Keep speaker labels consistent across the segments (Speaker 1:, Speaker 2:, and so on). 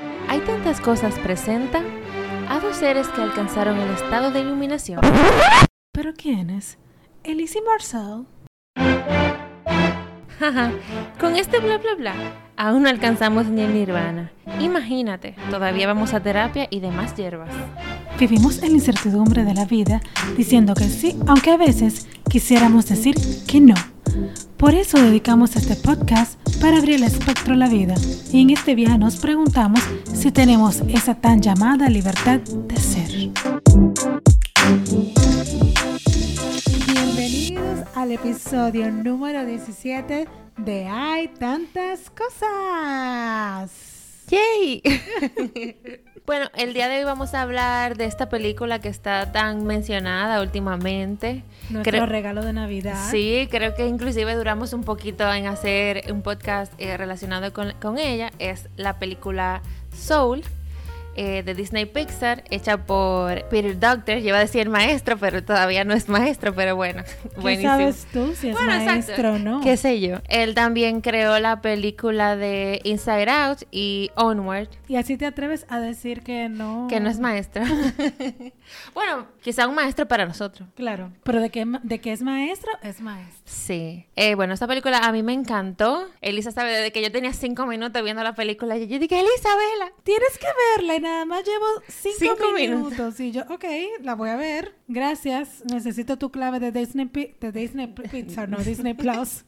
Speaker 1: y tantas cosas presenta a dos seres que alcanzaron el estado de iluminación.
Speaker 2: ¿Pero quién es? ¿Elise y Marcel?
Speaker 1: Jaja, con este bla bla bla, aún no alcanzamos ni el nirvana. Imagínate, todavía vamos a terapia y demás hierbas.
Speaker 2: Vivimos en la incertidumbre de la vida diciendo que sí, aunque a veces quisiéramos decir que no. Por eso dedicamos este podcast para abrir el espectro a la vida. Y en este viaje nos preguntamos si tenemos esa tan llamada libertad de ser.
Speaker 3: Bienvenidos al episodio número 17 de Hay tantas cosas.
Speaker 1: ¡Yay! bueno, el día de hoy vamos a hablar de esta película que está tan mencionada últimamente.
Speaker 2: Nuestro
Speaker 1: Creo-
Speaker 2: regalo de Navidad.
Speaker 1: Sí, creo que inclusive duramos un poquito en hacer un podcast eh, relacionado con, con ella. Es la película Soul eh, de Disney Pixar, hecha por Peter Doctor. Lleva a decir maestro, pero todavía no es maestro, pero bueno,
Speaker 2: ¿Qué
Speaker 1: buenísimo.
Speaker 2: sabes tú si es
Speaker 1: Bueno, exacto.
Speaker 2: maestro o no?
Speaker 1: ¿Qué sé yo? Él también creó la película de Inside Out y Onward,
Speaker 2: Y así te atreves a decir que no.
Speaker 1: que no es maestro. bueno, quizá un maestro para nosotros.
Speaker 2: Claro, pero de que, ma- de que es maestro, es maestro.
Speaker 1: Sí. Eh, bueno, esta película a mí me encantó. Elisa sabe desde que yo tenía cinco minutos viendo la película. Y yo dije, Elisa, vela.
Speaker 2: Tienes que verla y nada más llevo cinco,
Speaker 1: Cinco
Speaker 2: minutos.
Speaker 1: minutos.
Speaker 2: Y yo, ok, la voy a ver. Gracias. Necesito tu clave de Disney, Pi- de Disney Pi- Pizza, no Disney Plus.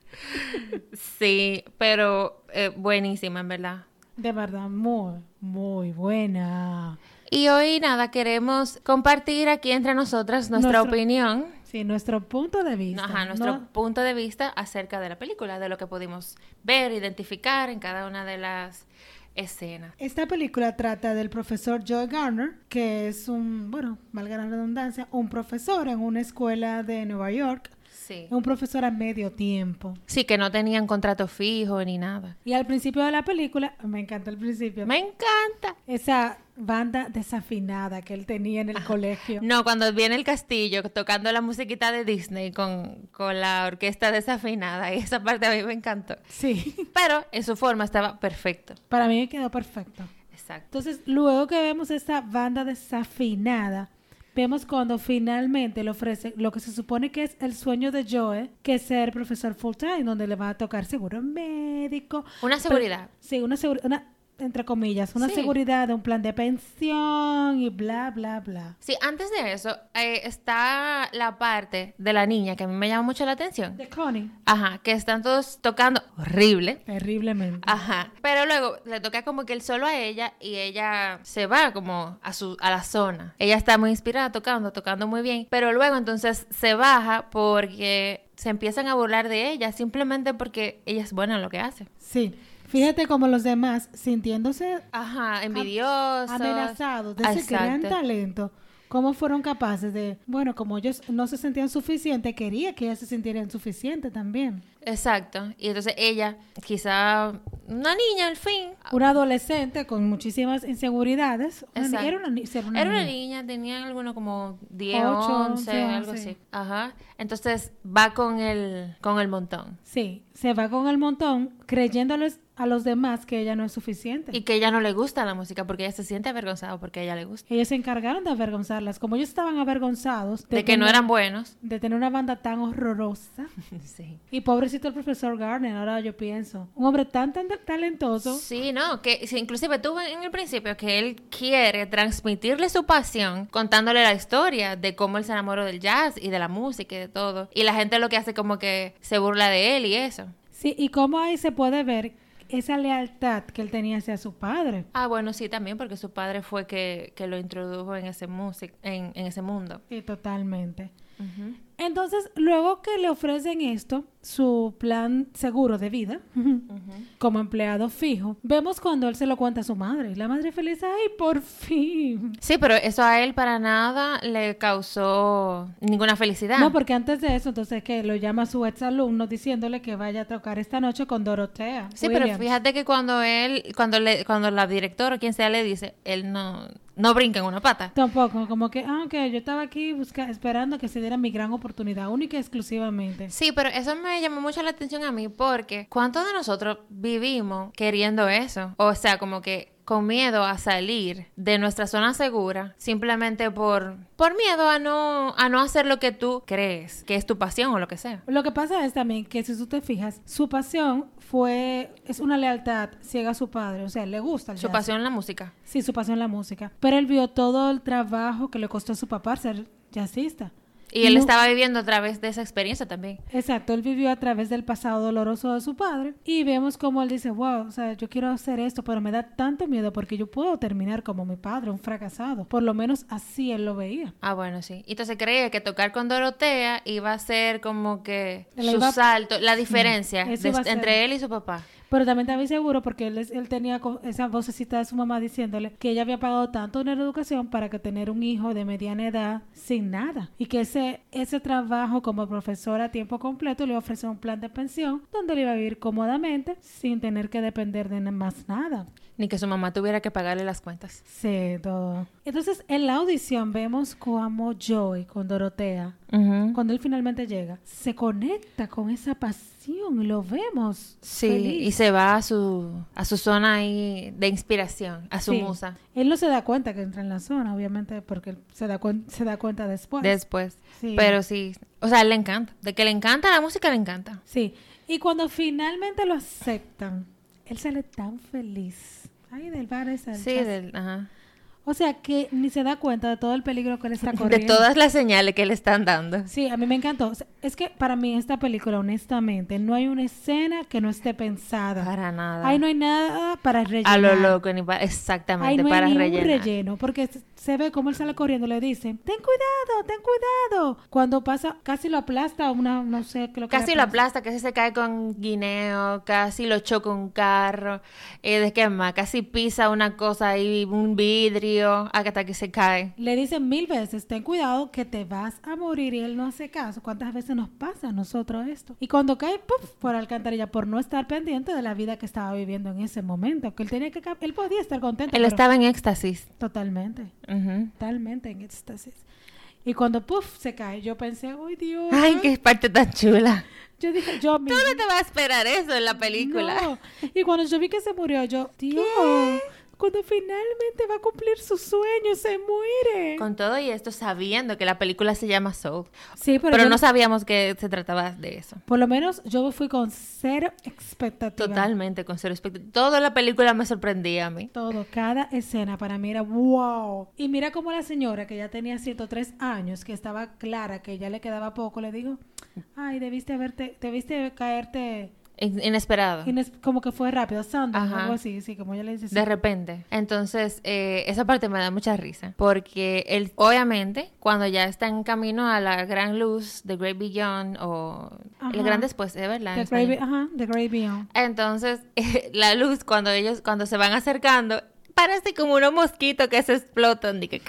Speaker 1: Sí, pero eh, buenísima, en verdad.
Speaker 2: De verdad, muy, muy buena.
Speaker 1: Y hoy, nada, queremos compartir aquí entre nosotras nuestra
Speaker 2: Nuestro-
Speaker 1: opinión.
Speaker 2: Sí, nuestro punto de vista.
Speaker 1: Ajá, nuestro
Speaker 2: ¿no?
Speaker 1: punto de vista acerca de la película, de lo que pudimos ver, identificar en cada una de las escenas.
Speaker 3: Esta película trata del profesor Joe Garner, que es un, bueno, valga la redundancia, un profesor en una escuela de Nueva York,
Speaker 1: Sí.
Speaker 3: un profesor a medio tiempo.
Speaker 1: Sí, que no tenían contrato fijo ni nada.
Speaker 2: Y al principio de la película, me encanta el principio.
Speaker 1: Me encanta.
Speaker 2: Esa banda desafinada que él tenía en el colegio.
Speaker 1: No, cuando viene el castillo tocando la musiquita de Disney con, con la orquesta desafinada, y esa parte a mí me encantó.
Speaker 2: Sí,
Speaker 1: Pero en su forma estaba perfecto.
Speaker 2: para mí me quedó perfecto.
Speaker 1: Exacto.
Speaker 2: Entonces, luego que vemos esta banda desafinada, vemos cuando finalmente le ofrece lo que se supone que es el sueño de Joe, que es ser profesor full time, donde le va a tocar seguro médico.
Speaker 1: Una seguridad.
Speaker 2: Pero- sí, una seguridad, entre comillas, una
Speaker 1: Sí.
Speaker 2: seguridad de un plan de pensión y bla, bla, bla.
Speaker 1: Sí, antes de eso, eh, está la parte de la niña que a mí me llama mucho la atención.
Speaker 2: De Connie.
Speaker 1: Ajá, que están todos tocando horrible.
Speaker 2: Terriblemente.
Speaker 1: Ajá. Pero luego le toca como que el solo a ella y ella se va como a su a la zona. Ella está muy inspirada tocando, tocando muy bien, pero luego entonces se baja porque se empiezan a burlar de ella simplemente porque ella es buena en lo que hace.
Speaker 3: Sí, fíjate como los demás, sintiéndose
Speaker 1: Ajá, envidiosos.
Speaker 3: amenazados de ese
Speaker 1: Exacto.
Speaker 3: gran talento. ¿Cómo fueron capaces de, bueno, como ellos no se sentían suficiente, quería que ellas se sintieran suficiente también?
Speaker 1: Exacto. Y entonces ella, quizá una niña al fin.
Speaker 2: Una adolescente con muchísimas inseguridades. Una ni-
Speaker 1: Exacto.
Speaker 2: era una, ni- ser una
Speaker 1: Era una
Speaker 2: niña.
Speaker 1: niña, tenía alguno como 10,
Speaker 2: Ocho,
Speaker 1: 11,
Speaker 2: once,
Speaker 1: algo
Speaker 2: once.
Speaker 1: así. Ajá. Entonces va con el, con el montón.
Speaker 2: Sí, se va con el montón creyéndoles a los demás que ella no es suficiente.
Speaker 1: Y que ella no le gusta la música porque ella se siente avergonzada porque a ella le gusta.
Speaker 2: Ellos se encargaron de avergonzarlas, como ellos estaban avergonzados
Speaker 1: De, que no
Speaker 2: tener-
Speaker 1: eran buenos.
Speaker 2: de tener una banda tan horrorosa.
Speaker 1: Sí.
Speaker 2: Y pobrecito el profesor Garner, ahora yo pienso. Un hombre tan, tan talentoso.
Speaker 1: Sí, no, que sí, inclusive tú ves en el principio que él quiere transmitirle su pasión contándole la historia de cómo él se enamoró del jazz y de la música y de todo. Y la gente lo que hace como que se burla de él y eso.
Speaker 2: Sí, y cómo ahí se puede ver esa lealtad que él tenía hacia su padre.
Speaker 1: Ah, bueno, sí, también porque su padre fue que, que lo introdujo en ese, music, en, en ese mundo.
Speaker 2: Sí, totalmente.
Speaker 1: Ujú.
Speaker 2: Entonces, luego que le ofrecen esto, su plan seguro de vida, como empleado fijo, vemos cuando él se lo cuenta a su madre. Y la madre feliz, ay, por fin.
Speaker 1: Sí, pero eso a él para nada le causó ninguna felicidad.
Speaker 2: No, porque antes de eso, entonces que lo llama su ex alumno diciéndole que vaya a tocar esta noche con Dorotea.
Speaker 1: Sí, pero
Speaker 2: Williams.
Speaker 1: fíjate que cuando él, cuando le, cuando la directora o quien sea le dice, él no, no brinca en una pata.
Speaker 2: Tampoco, como que, ah, ok, yo estaba aquí busca- esperando que se diera mi gran oportunidad, única y exclusivamente.
Speaker 1: Sí, pero eso me llamó mucho la atención a mí porque ¿cuántos de nosotros vivimos queriendo eso? O sea, como que con miedo a salir de nuestra zona segura simplemente por, por miedo a no, a no hacer lo que tú crees, que es tu pasión o lo que sea.
Speaker 2: Lo que pasa es también que si tú te fijas, su pasión fue, es una lealtad ciega a su padre, o sea, le gusta el
Speaker 1: Su
Speaker 2: jazz.
Speaker 1: pasión la música.
Speaker 2: Sí, su pasión la música. Pero él vio todo el trabajo que le costó a su papá ser jazzista.
Speaker 1: Y él
Speaker 2: No-
Speaker 1: estaba viviendo a través de esa experiencia también.
Speaker 2: Exacto, él vivió a través del pasado doloroso de su padre y vemos como él dice, wow, o sea, yo quiero hacer esto, pero me da tanto miedo porque yo puedo terminar como mi padre, un fracasado. Por lo menos así él lo veía.
Speaker 1: Ah, bueno, sí. Entonces creía que tocar con Dorotea iba a ser como que
Speaker 2: La
Speaker 1: su
Speaker 2: iba-
Speaker 1: salto, la diferencia
Speaker 2: eso
Speaker 1: de-
Speaker 2: iba a ser.
Speaker 1: entre él y su papá.
Speaker 2: Pero también estaba inseguro porque él, es- él tenía co- esa vocecita de su mamá diciéndole que ella había pagado tanto en educación para que tener un hijo de mediana edad sin nada. Y que ese, ese trabajo como profesora a tiempo completo le iba a ofrecer un plan de pensión donde le iba a vivir cómodamente sin tener que depender de na- más nada.
Speaker 1: Ni que su mamá tuviera que pagarle las cuentas.
Speaker 2: Sí, todo. Entonces, en la audición vemos cómo Joey con Dorotea,
Speaker 1: Ujú.
Speaker 2: cuando él finalmente llega, se conecta con esa pasión y lo vemos.
Speaker 1: Sí,
Speaker 2: feliz.
Speaker 1: y se va a su, a su zona ahí de inspiración, a su
Speaker 2: Sí.
Speaker 1: musa.
Speaker 2: Él no se da cuenta que entra en la zona, obviamente, porque él se da, cuen- se da cuenta después.
Speaker 1: Después.
Speaker 2: Sí.
Speaker 1: Pero sí, o sea, a él le encanta. De que le encanta la música, le encanta.
Speaker 2: sí. Y cuando finalmente lo aceptan, él sale tan feliz. Ay, del bar ese.
Speaker 1: Sí, del- ajá.
Speaker 2: O sea, que ni se da cuenta de todo el peligro que él está corriendo.
Speaker 1: de todas las señales que le están dando.
Speaker 2: Sí, a mí me encantó. O sea, Es que para mí esta película, honestamente, no hay una escena que no esté pensada.
Speaker 1: Para nada.
Speaker 2: Ahí no hay nada para rellenar.
Speaker 1: a lo loco, ni pa-
Speaker 2: Ahí
Speaker 1: exactamente,
Speaker 2: no hay
Speaker 1: para
Speaker 2: ni un
Speaker 1: rellenar.
Speaker 2: relleno, porque se- se ve cómo él sale corriendo, le dicen, ten cuidado, ten cuidado. Cuando pasa, casi lo aplasta una, no sé, qué lo que
Speaker 1: Casi
Speaker 2: le
Speaker 1: lo aplasta, casi se cae con guineo, casi lo choca un carro, eh, ¿de qué más? Casi pisa una cosa ahí, un vidrio, hasta que se cae.
Speaker 2: Le dicen mil veces, ten cuidado que te vas a morir y él no hace caso. ¿Cuántas veces nos pasa a nosotros esto? Y cuando cae, puff, por alcantarilla, por no estar pendiente de la vida que estaba viviendo en ese momento, que él tenía que, cam- él podía estar contento.
Speaker 1: Él
Speaker 2: pero-
Speaker 1: estaba en éxtasis.
Speaker 2: Totalmente,
Speaker 1: Ujú.
Speaker 2: totalmente en éxtasis. Y cuando puff se cae, yo pensé, ay Dios.
Speaker 1: Ay, qué parte tan chula.
Speaker 2: Yo dije, yo
Speaker 1: Tú no te vas a esperar eso en la película.
Speaker 2: No. Y cuando yo vi que se murió, yo, Dios, cuando finalmente va a cumplir su sueño, se muere.
Speaker 1: Con todo y esto, sabiendo que la película se llama Soul.
Speaker 2: Sí, pero,
Speaker 1: Pero,
Speaker 2: yo-
Speaker 1: no sabíamos que se trataba de eso.
Speaker 2: por lo menos yo fui con cero expectativa.
Speaker 1: Totalmente, con cero expectativa. Toda la película me sorprendía a mí.
Speaker 2: Todo, cada escena para mí era wow. Y mira cómo la señora que ya tenía 103 años, que estaba clara, que ya le quedaba poco, le dijo, ay, debiste haberte, debiste caerte
Speaker 1: In- Inesperado.
Speaker 2: Ines- como que fue rápido, Sandra,
Speaker 1: Ah. Ajá.
Speaker 2: algo así, sí, como ella le dice. sí.
Speaker 1: De repente. Entonces, eh, esa parte me da mucha risa. Porque él, obviamente, cuando ya está en camino a la gran luz, The Great Beyond, o
Speaker 2: Ajá.
Speaker 1: El Gran Después, ¿eh? ¿verdad? En
Speaker 2: The
Speaker 1: español.
Speaker 2: Grey Be- ajá, The Grey Beyond.
Speaker 1: Entonces, la luz, cuando ellos, cuando se van acercando, parece como unos mosquitos que se explotan. di que-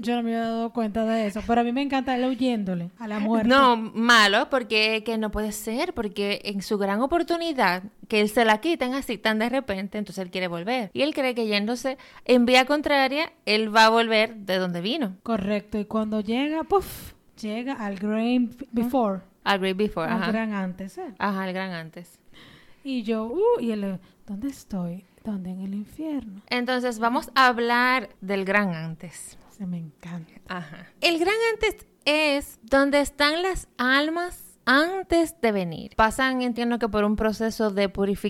Speaker 2: Yo no me había dado cuenta de eso, pero a mí me encanta él huyéndole a la muerte.
Speaker 1: No, malo, porque que no puede ser, porque en su gran oportunidad, que él se la quitan así tan de repente, entonces él quiere volver. Y él cree que yéndose en vía contraria, él va a volver de donde vino.
Speaker 2: Correcto, y cuando llega, puff, llega al Grey Before,
Speaker 1: Al Great Before,
Speaker 2: al
Speaker 1: ajá.
Speaker 2: gran antes. ¿eh?
Speaker 1: Ajá, el gran antes.
Speaker 2: Y yo, uh, y él, ¿dónde estoy? ¿Dónde? En el infierno.
Speaker 1: Entonces, vamos a hablar del gran antes.
Speaker 2: Se me encanta.
Speaker 1: Ajá. El gran antes es donde están las almas antes de venir. Pasan, entiendo que por un proceso de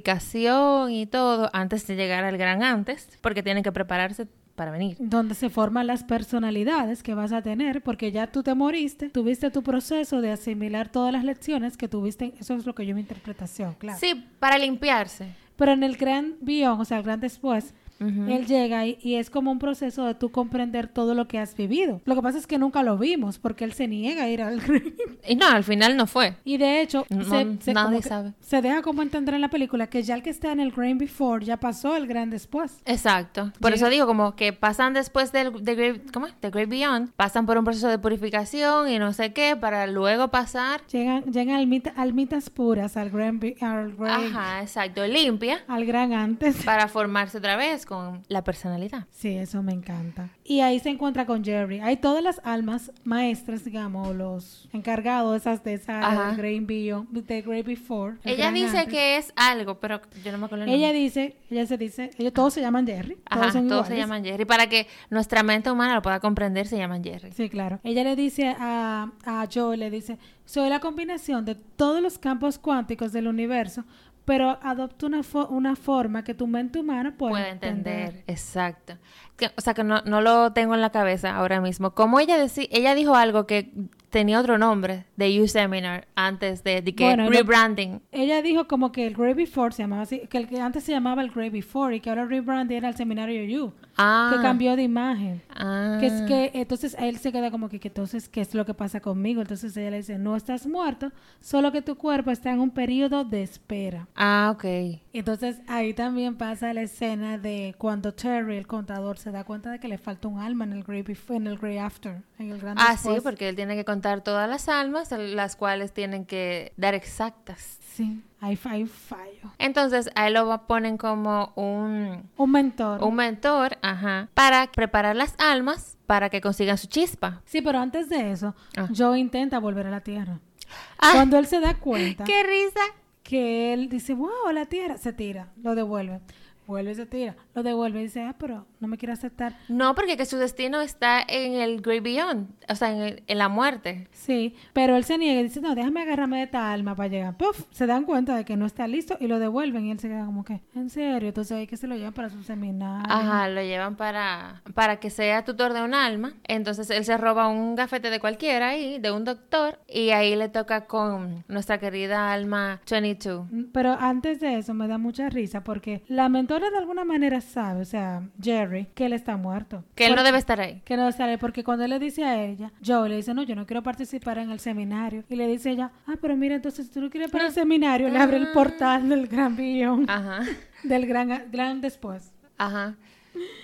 Speaker 1: purificación y todo, antes de llegar al gran antes, porque tienen que prepararse para venir.
Speaker 2: Donde se forman las personalidades que vas a tener, porque ya tú te moriste, tuviste tu proceso de asimilar todas las lecciones que tuviste. Eso es lo que yo mi interpretación, claro.
Speaker 1: Sí, para limpiarse.
Speaker 2: Pero en el gran beyond, o sea, el gran después,
Speaker 1: Ujú.
Speaker 2: él llega y, y es como un proceso de tú comprender todo lo que has vivido. Lo que pasa es que nunca lo vimos porque él se niega a ir al ring.
Speaker 1: Y no, al final no fue.
Speaker 2: Y de hecho,
Speaker 1: No,
Speaker 2: se, se-
Speaker 1: nadie
Speaker 2: como que-
Speaker 1: sabe.
Speaker 2: se deja como entender en la película que ya el que está en el Grand Before ya pasó el Grand Después.
Speaker 1: Exacto. Por
Speaker 2: Llega-
Speaker 1: eso digo, como que pasan después del de Great, ¿cómo es? The Great Beyond, pasan por un proceso de purificación y no sé qué, para luego pasar.
Speaker 2: Llegan, llegan almita- almitas puras al Grand, Be- al, Grand-
Speaker 1: Ajá, exacto, limpia,
Speaker 2: al Gran antes.
Speaker 1: para formarse otra vez es con la personalidad.
Speaker 2: Sí, eso me encanta. Y ahí se encuentra con Jerry. Hay todas las almas maestras, digamos, o los encargados esas de esa
Speaker 1: Ajá.
Speaker 2: del Great Beyond, de Great Before. el
Speaker 1: Ella
Speaker 2: gran
Speaker 1: dice
Speaker 2: antes.
Speaker 1: que es algo, pero yo no me acuerdo el
Speaker 2: Ella
Speaker 1: nombre.
Speaker 2: dice, ella se dice, ellos todos se llaman Jerry.
Speaker 1: Ajá,
Speaker 2: todos son
Speaker 1: todos se
Speaker 2: iguales.
Speaker 1: llaman Jerry. Para que nuestra mente humana lo pueda comprender, se llaman Jerry.
Speaker 2: Sí, claro. Ella le dice a, a Joe, le dice, soy la combinación de todos los campos cuánticos del universo, pero adopto una, fo- una forma que tu mente humana pueda
Speaker 1: Puede entender. Exacto. Que- o sea, que no, no lo tengo en la cabeza ahora mismo. Como ella deci- ella dijo algo que tenía otro nombre de U Seminar antes de, de que
Speaker 2: Bueno, y lo-
Speaker 1: rebranding.
Speaker 2: Ella dijo como que el Grey Before se llamaba así, que el que antes se llamaba el Grey Before y que ahora el rebrand era el seminario You,
Speaker 1: Ah.
Speaker 2: que cambió de imagen.
Speaker 1: Ah.
Speaker 2: Que es que entonces él se queda como que, que entonces, ¿qué es lo que pasa conmigo? Entonces ella le dice, no estás muerto, solo que tu cuerpo está en un periodo de espera.
Speaker 1: Ah, ok.
Speaker 2: Entonces ahí también pasa la escena de cuando Terry, el contador, se da cuenta de que le falta un alma en el Grey, Before, en el Grey After, en el gran
Speaker 1: Ah, sí,
Speaker 2: después.
Speaker 1: porque él tiene que contar todas las almas, las cuales tienen que dar exactas.
Speaker 2: Sí, ahí fa- hay un fallo.
Speaker 1: Entonces, a él lo va- ponen como un,
Speaker 2: Un mentor.
Speaker 1: un mentor, ajá, para preparar las almas para que consigan su chispa.
Speaker 2: Sí, pero antes de eso,
Speaker 1: Ah.
Speaker 2: Joe intenta volver a la Tierra.
Speaker 1: Ah,
Speaker 2: Cuando él se da cuenta
Speaker 1: ¡Qué risa!
Speaker 2: que él dice, wow, la Tierra, se tira, lo devuelve. Vuelve y se tira, lo devuelve y dice, ah, pero no me quiere aceptar.
Speaker 1: No, porque que su destino está en el Great Beyond, o sea, en, el- en la muerte.
Speaker 2: Sí, pero él se niega y dice, no, déjame agarrarme de esta alma para llegar. Puff, se dan cuenta de que no está listo y lo devuelven y él se queda como que, en serio, entonces hay que se lo llevan para su seminario.
Speaker 1: Ajá, lo llevan para, para que sea tutor de un alma. Entonces él se roba un gafete de cualquiera ahí, de un doctor, y ahí le toca con nuestra querida alma 22.
Speaker 2: Pero antes de eso me da mucha risa porque la mentora de alguna manera sabe, o sea, Jerry, que él está muerto.
Speaker 1: Que él no
Speaker 2: Porque-
Speaker 1: debe estar ahí.
Speaker 2: Que no sale, porque cuando él le dice a ella, Joe le dice, no, yo no quiero participar en el seminario. Y le dice ella, ah, pero mira, entonces tú no quieres
Speaker 1: Ah.
Speaker 2: para el seminario, le abre el portal del gran billón,
Speaker 1: Ajá,
Speaker 2: del gran, gran después.
Speaker 1: ajá.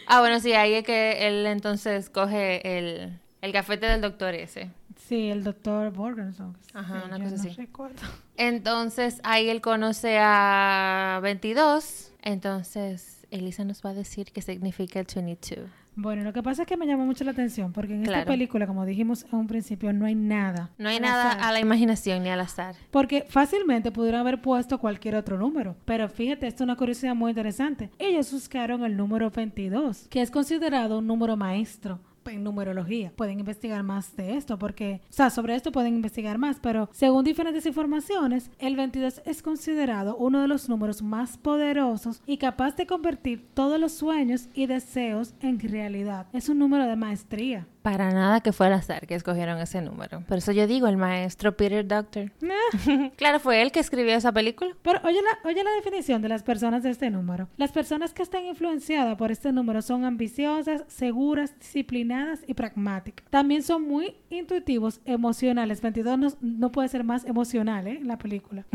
Speaker 1: Ah, bueno, sí, ahí es que él entonces coge el, el gafete del doctor ese.
Speaker 2: Sí, el doctor Borgenson.
Speaker 1: Ajá, una
Speaker 2: yo
Speaker 1: cosa
Speaker 2: no
Speaker 1: así.
Speaker 2: recuerdo.
Speaker 1: Entonces ahí él conoce a 22. Entonces Elisa nos va a decir qué significa el 22.
Speaker 2: Bueno, lo que pasa es que me llamó mucho la atención, porque en
Speaker 1: Claro.
Speaker 2: esta película, como dijimos en un principio, no hay nada.
Speaker 1: No hay
Speaker 2: al
Speaker 1: nada
Speaker 2: azar.
Speaker 1: a la imaginación ni al azar.
Speaker 2: Porque fácilmente pudieron haber puesto cualquier otro número. Pero fíjate, esto es una curiosidad muy interesante. Ellos buscaron el número 22, que es considerado un número maestro en numerología. Pueden investigar más de esto, porque, o sea, sobre esto pueden investigar más, pero según diferentes informaciones, el 22 es considerado uno de los números más poderosos y capaz de convertir todos los sueños y deseos en realidad. Es un número de maestría.
Speaker 1: Para nada que fue al azar que escogieron ese número. Por eso yo digo el maestro Peter Doctor. claro, fue él que escribió esa película.
Speaker 2: Pero oye la, oye la definición de las personas de este número. Las personas que están influenciadas por este número son ambiciosas, seguras, disciplinadas y pragmáticas. También son muy intuitivos, emocionales. 22 no, no puede ser más emocional ¿eh? en la película.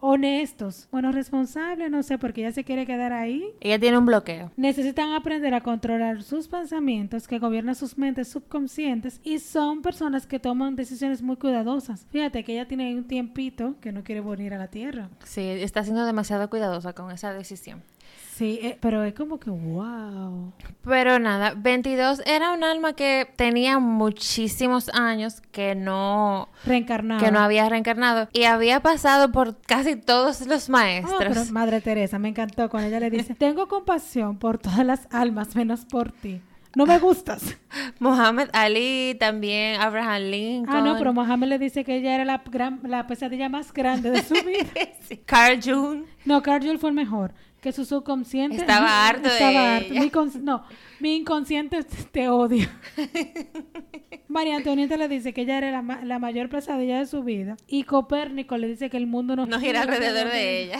Speaker 2: Honestos. Bueno, responsable, no sé, porque ella se quiere quedar ahí.
Speaker 1: Ella tiene un bloqueo.
Speaker 2: Necesitan aprender a controlar sus pensamientos que gobiernan sus mentes subconscientes y son personas que toman decisiones muy cuidadosas. Fíjate que ella tiene ahí un tiempito que no quiere venir a la Tierra.
Speaker 1: Sí, está siendo demasiado cuidadosa con esa decisión.
Speaker 2: Sí, eh, pero es como que wow.
Speaker 1: Pero nada, 22 era un alma que tenía muchísimos años que no
Speaker 2: Reencarnado.
Speaker 1: que no había reencarnado y había pasado por casi todos los
Speaker 2: Oh, pero
Speaker 1: maestros.
Speaker 2: Madre Teresa, me encantó cuando ella le dice, tengo compasión por todas las almas menos por ti. No me gustas.
Speaker 1: Muhammad Ali, también Abraham Lincoln.
Speaker 2: Ah, no, pero Mohamed le dice que ella era la, gran, la pesadilla más grande de su vida.
Speaker 1: Sí, Carl Jung.
Speaker 2: No, Carl Jung fue el mejor. Que su subconsciente...
Speaker 1: Estaba harto de
Speaker 2: Estaba harto.
Speaker 1: ella.
Speaker 2: Mi cons- no, mi inconsciente te odia. María Antonieta le dice que ella era la, ma- la mayor pesadilla de su vida. Y Copérnico le dice que el mundo no...
Speaker 1: No gira alrededor de ella.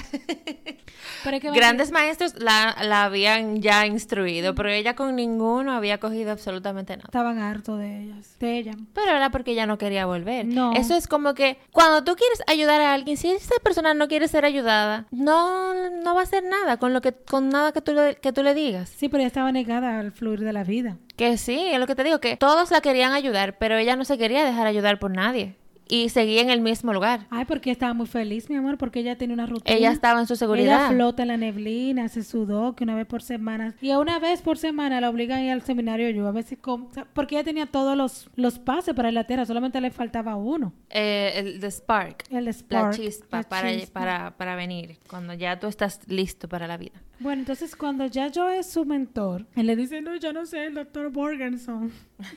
Speaker 2: Pero es que
Speaker 1: Grandes maestros la, la habían ya instruido, pero ella con ninguno había cogido absolutamente nada.
Speaker 2: Estaban hartos de ellas, de ella.
Speaker 1: Pero era porque ella no quería volver.
Speaker 2: No.
Speaker 1: Eso es como que cuando tú quieres ayudar a alguien, si esa persona no quiere ser ayudada, no, no va a hacer nada con lo que con nada que tú le, que tú le digas.
Speaker 2: Sí, pero ella estaba negada al fluir de la vida.
Speaker 1: Que sí, es lo que te digo, que todos la querían ayudar, pero ella no se quería dejar ayudar por nadie. y seguía en el mismo lugar.
Speaker 2: Ay, porque estaba muy feliz, mi amor, porque ella tiene una rutina.
Speaker 1: Ella estaba en su seguridad.
Speaker 2: Ella flota en la neblina, hace sudoku una vez por semana. Y a una vez por semana la obligan a ir al seminario yo, a ver si... com- o sea, porque ella tenía todos los, los pases para Inglaterra, solamente le faltaba uno.
Speaker 1: Eh, el de Spark.
Speaker 2: El
Speaker 1: La
Speaker 2: spark,
Speaker 1: chispa,
Speaker 2: la
Speaker 1: para,
Speaker 2: chispa.
Speaker 1: Para, para venir, cuando ya tú estás listo para la vida.
Speaker 2: Bueno, entonces cuando ya yo es su mentor, él le dice, no, yo no sé, el doctor Borgenson.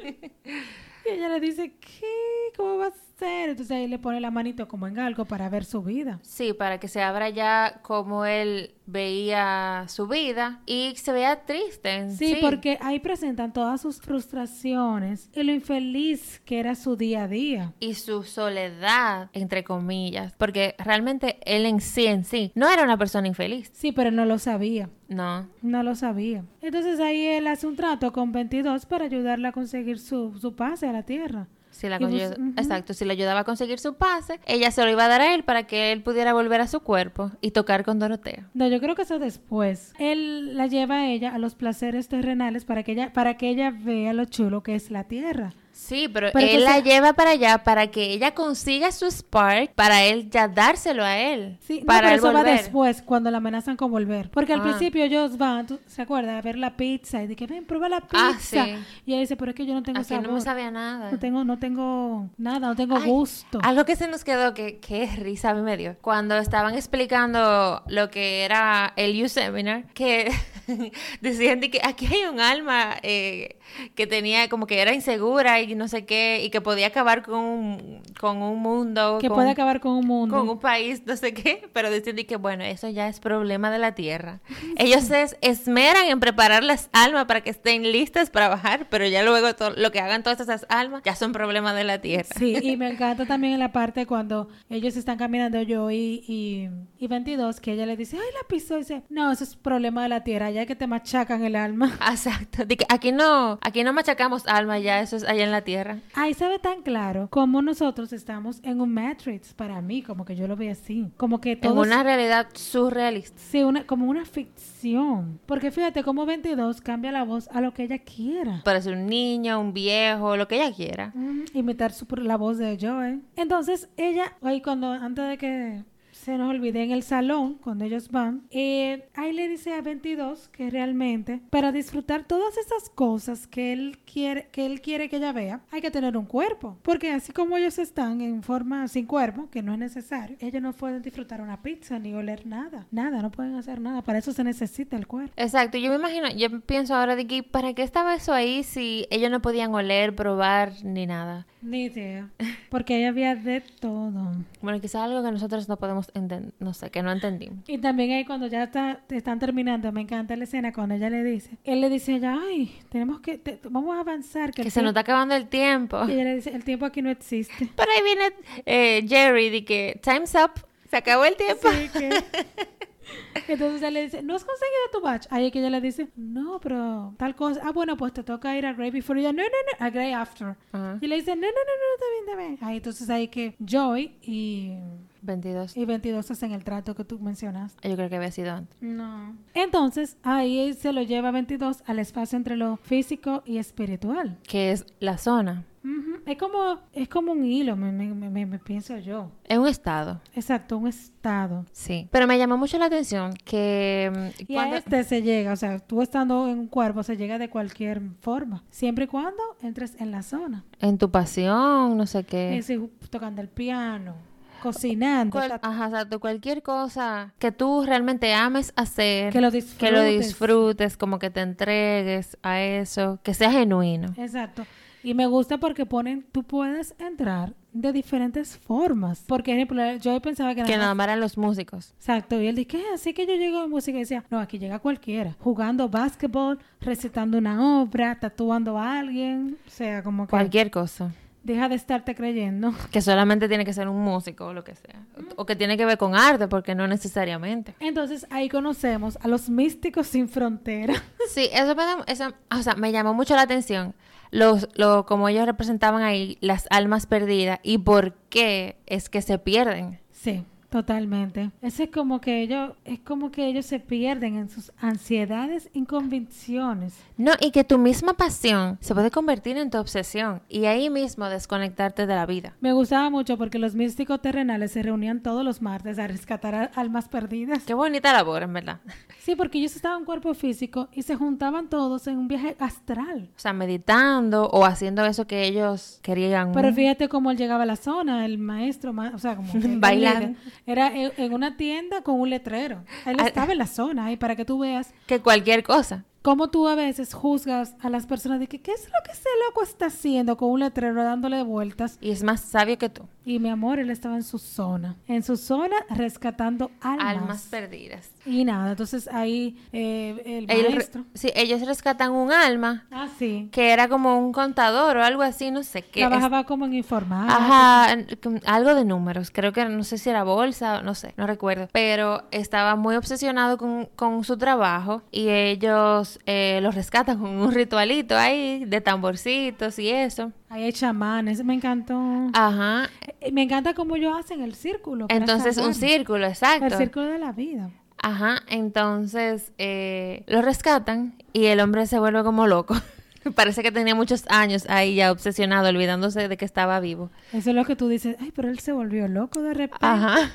Speaker 2: y ella le dice, ¿qué? ¿Cómo va a ser? Entonces ahí le pone la manito como en algo para ver su vida.
Speaker 1: Sí, para que se abra ya como él veía su vida y se vea triste. en
Speaker 2: Sí, porque ahí presentan todas sus frustraciones y lo infeliz que era su día a día.
Speaker 1: y su soledad, entre comillas, porque realmente él en sí, en sí, no era una persona infeliz,
Speaker 2: Sí, pero no lo sabía.
Speaker 1: no.
Speaker 2: No lo sabía. Entonces ahí él hace un trato con 22 para ayudarla a conseguir su, su pase a la tierra.
Speaker 1: Si la
Speaker 2: Y bus-
Speaker 1: conllev-
Speaker 2: ujú.
Speaker 1: Exacto, si le ayudaba a conseguir su pase, ella se lo iba a dar a él para que él pudiera volver a su cuerpo y tocar con Dorotea.
Speaker 2: No, yo creo que eso después. Él la lleva a ella a los placeres terrenales para que ella, para que ella vea lo chulo que es la tierra.
Speaker 1: Sí, pero,
Speaker 2: Pero
Speaker 1: él la
Speaker 2: entonces-
Speaker 1: lleva para allá para que ella consiga su spark para él ya dárselo a él.
Speaker 2: Sí, no,
Speaker 1: para
Speaker 2: pero
Speaker 1: él
Speaker 2: eso va
Speaker 1: volver.
Speaker 2: después, cuando la amenazan con volver. Porque al
Speaker 1: Ah.
Speaker 2: principio ellos van, ¿tú- ¿se acuerdan? A ver la pizza y de que ven, prueba la pizza.
Speaker 1: Ah, sí.
Speaker 2: Y ella dice, pero es que yo no tengo
Speaker 1: Aquí
Speaker 2: sabor.
Speaker 1: no me sabía nada.
Speaker 2: No tengo, no tengo nada, no tengo
Speaker 1: Ay,
Speaker 2: gusto.
Speaker 1: Algo que se nos quedó, que qué risa a mí me dio. Cuando estaban explicando lo que era el U Seminar, que decían de que aquí hay un alma eh, que tenía como que era insegura y no sé qué, y que podía acabar con un, con un mundo.
Speaker 2: que
Speaker 1: con-
Speaker 2: puede acabar con un mundo.
Speaker 1: con un país, no sé qué, pero decían de que bueno, eso ya es problema de la tierra. Ellos se es- esmeran en preparar las almas para que estén listas para bajar, pero ya luego to- lo que hagan todas esas almas ya son problema de la tierra.
Speaker 2: Sí, y me encanta también en la parte cuando ellos están caminando yo y, y, y 22, que ella le dice, ay, la pisó. Y dice, no, eso es problema de la tierra, ya que te machacan el alma.
Speaker 1: Exacto. De que aquí no, aquí no machacamos alma ya, eso es allá en la tierra.
Speaker 2: Ahí se ve tan claro como nosotros estamos en un Matrix para mí, como que yo lo veo así. Como que
Speaker 1: En
Speaker 2: todo
Speaker 1: una realidad surrealista.
Speaker 2: Sí, una, como una ficción. Porque fíjate cómo 22 cambia la voz a lo que ella quiera.
Speaker 1: Parece un niño, un viejo, lo que ella quiera.
Speaker 2: Mm, imitar su, pro- la voz de ¿eh? Joe. Entonces ella, ahí cuando, antes de que se nos olvide en el salón, cuando ellos van, eh, ahí le dice a 22 que realmente para disfrutar todas esas cosas que él quiere que él quiere que ella vea, hay que tener un cuerpo. Porque así como ellos están en forma sin cuerpo, que no es necesario, ellos no pueden disfrutar una pizza ni oler nada. Nada, no pueden hacer nada. Para eso se necesita el cuerpo.
Speaker 1: Exacto, yo me imagino, yo pienso ahora de que ¿para qué estaba eso ahí si ellos no podían oler, probar ni nada?
Speaker 2: Ni idea. Porque ahí había de todo.
Speaker 1: Bueno, quizás algo que nosotros no podemos entender, no sé, que no entendimos.
Speaker 2: Y también ahí cuando ya está, te están terminando, me encanta la escena cuando ella le dice, él le dice a ella, ay, tenemos que, te- vamos a avanzar, que,
Speaker 1: Que
Speaker 2: el
Speaker 1: se nos está
Speaker 2: tiempo-"
Speaker 1: acabando el tiempo.
Speaker 2: Y ella le dice, el tiempo aquí no existe.
Speaker 1: Pero ahí viene eh, Jerry de que time's up, se acabó el tiempo.
Speaker 2: Sí, que... Entonces él le dice, ¿no has conseguido tu batch? Ahí es que ella le dice, no, pero tal cosa. Ah, bueno, pues te toca ir a Grey Before. Y ella, no, no, no, a Grey After.
Speaker 1: Ajá.
Speaker 2: Y le dice, no, no, no, no, está bien, está bien. Ahí entonces ahí que Joy y,
Speaker 1: 22.
Speaker 2: y 22 hacen el trato que tú mencionaste.
Speaker 1: Yo creo que había sido antes.
Speaker 2: No. Entonces, ahí él se lo lleva 22 al espacio entre lo físico y espiritual.
Speaker 1: Que es la zona.
Speaker 2: Ujú. Es como es como un hilo, me, me- me- me- me pienso yo.
Speaker 1: Es un estado.
Speaker 2: Exacto, un estado.
Speaker 1: Sí. Pero me llamó mucho la atención que mm,
Speaker 2: Y
Speaker 1: cuando-
Speaker 2: a este se llega, o sea, tú estando en un cuerpo se llega de cualquier forma, siempre y cuando entres en la zona.
Speaker 1: en tu pasión, no sé qué.
Speaker 2: Es decir, tocando el piano, cocinando,
Speaker 1: Eh. Cual-
Speaker 2: o sea,
Speaker 1: ajá, exacto, cualquier cosa que tú realmente ames hacer,
Speaker 2: que lo
Speaker 1: que lo
Speaker 2: disfrutes.
Speaker 1: disfrutes, como que te entregues a eso, que sea genuino.
Speaker 2: Exacto. Y me gusta porque ponen, tú puedes entrar de diferentes formas. Porque, por ejemplo, yo pensaba que
Speaker 1: Que
Speaker 2: más
Speaker 1: nada más eran los músicos.
Speaker 2: Exacto, y él dice, ¿qué? Así que yo llego de música y decía, no, aquí llega cualquiera, jugando básquetbol, recitando una obra, tatuando a alguien, o sea, como que
Speaker 1: Cualquier cosa.
Speaker 2: deja de estarte creyendo.
Speaker 1: Que solamente tiene que ser un músico o lo que sea.
Speaker 2: Mm.
Speaker 1: O- O que tiene que ver con arte, porque no necesariamente.
Speaker 2: Entonces ahí conocemos a los místicos sin frontera.
Speaker 1: Sí, eso me, da- eso- o sea, me llamó mucho la atención. Los, lo, como ellos representaban ahí las almas perdidas y por qué es que se pierden.
Speaker 2: sí, Totalmente. Eso es como que ellos, es como que ellos se pierden en sus ansiedades y convicciones.
Speaker 1: No, y que tu misma pasión se puede convertir en tu obsesión y ahí mismo desconectarte de la vida.
Speaker 2: Me gustaba mucho porque los místicos terrenales se reunían todos los martes a rescatar a- almas perdidas.
Speaker 1: Qué bonita labor, en verdad.
Speaker 2: Sí, porque ellos estaban en cuerpo físico y se juntaban todos en un viaje astral.
Speaker 1: O sea, meditando o haciendo eso que ellos querían.
Speaker 2: Pero fíjate cómo él llegaba a la zona, el maestro, ma- o sea, como que el
Speaker 1: Bailando. Ah,
Speaker 2: líder. Era en, en una tienda con un letrero. Él
Speaker 1: Al-
Speaker 2: estaba en la zona y para que tú veas
Speaker 1: Que cualquier cosa.
Speaker 2: cómo tú a veces juzgas a las personas de que qué es lo que ese loco está haciendo con un letrero dándole vueltas.
Speaker 1: Y es más sabio que tú.
Speaker 2: Y mi amor, él estaba en su zona, en su zona rescatando almas.
Speaker 1: Almas perdidas.
Speaker 2: y nada, entonces ahí eh, el
Speaker 1: Ellos re-
Speaker 2: maestro.
Speaker 1: sí, ellos rescatan un alma
Speaker 2: Ah, sí.
Speaker 1: que era como un contador o algo así, no sé qué. es-
Speaker 2: Trabajaba como en informar. Ah,
Speaker 1: Ajá, en- con- algo de números, creo que no sé si era bolsa, no sé, no recuerdo, pero estaba muy obsesionado con, con su trabajo y ellos eh, los rescatan con un ritualito ahí de tamborcitos y eso.
Speaker 2: Ahí hay chamanes, me encantó.
Speaker 1: Ah. Ajá,
Speaker 2: Eh, Me encanta cómo ellos hacen el círculo. para
Speaker 1: entonces un
Speaker 2: salvar.
Speaker 1: círculo,
Speaker 2: El
Speaker 1: exacto.
Speaker 2: círculo de la vida.
Speaker 1: Ajá, entonces eh, lo rescatan y el hombre se vuelve como loco. Parece que tenía muchos años ahí ya obsesionado, olvidándose de que estaba vivo.
Speaker 2: Eso es lo que tú dices. Ay, pero él se volvió loco de repente.
Speaker 1: Ajá.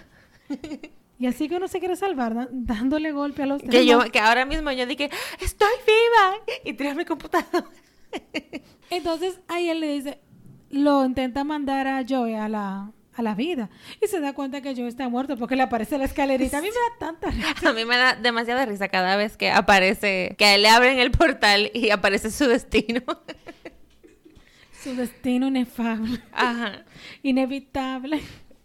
Speaker 2: Y así que uno se quiere salvar, da- dándole golpe a los
Speaker 1: Que yo,
Speaker 2: demás.
Speaker 1: que ahora mismo yo dije, estoy viva y tiré mi computadora.
Speaker 2: Entonces ahí él le dice, lo intenta mandar a Joey a la, a la vida. Y se da cuenta que Joey está muerto porque le aparece la escalerita. A mí me da tanta risa.
Speaker 1: A mí me da demasiada risa cada vez que aparece, que a él le abren el portal y aparece su destino.
Speaker 2: Su destino inefable,
Speaker 1: Ajá.
Speaker 2: inevitable.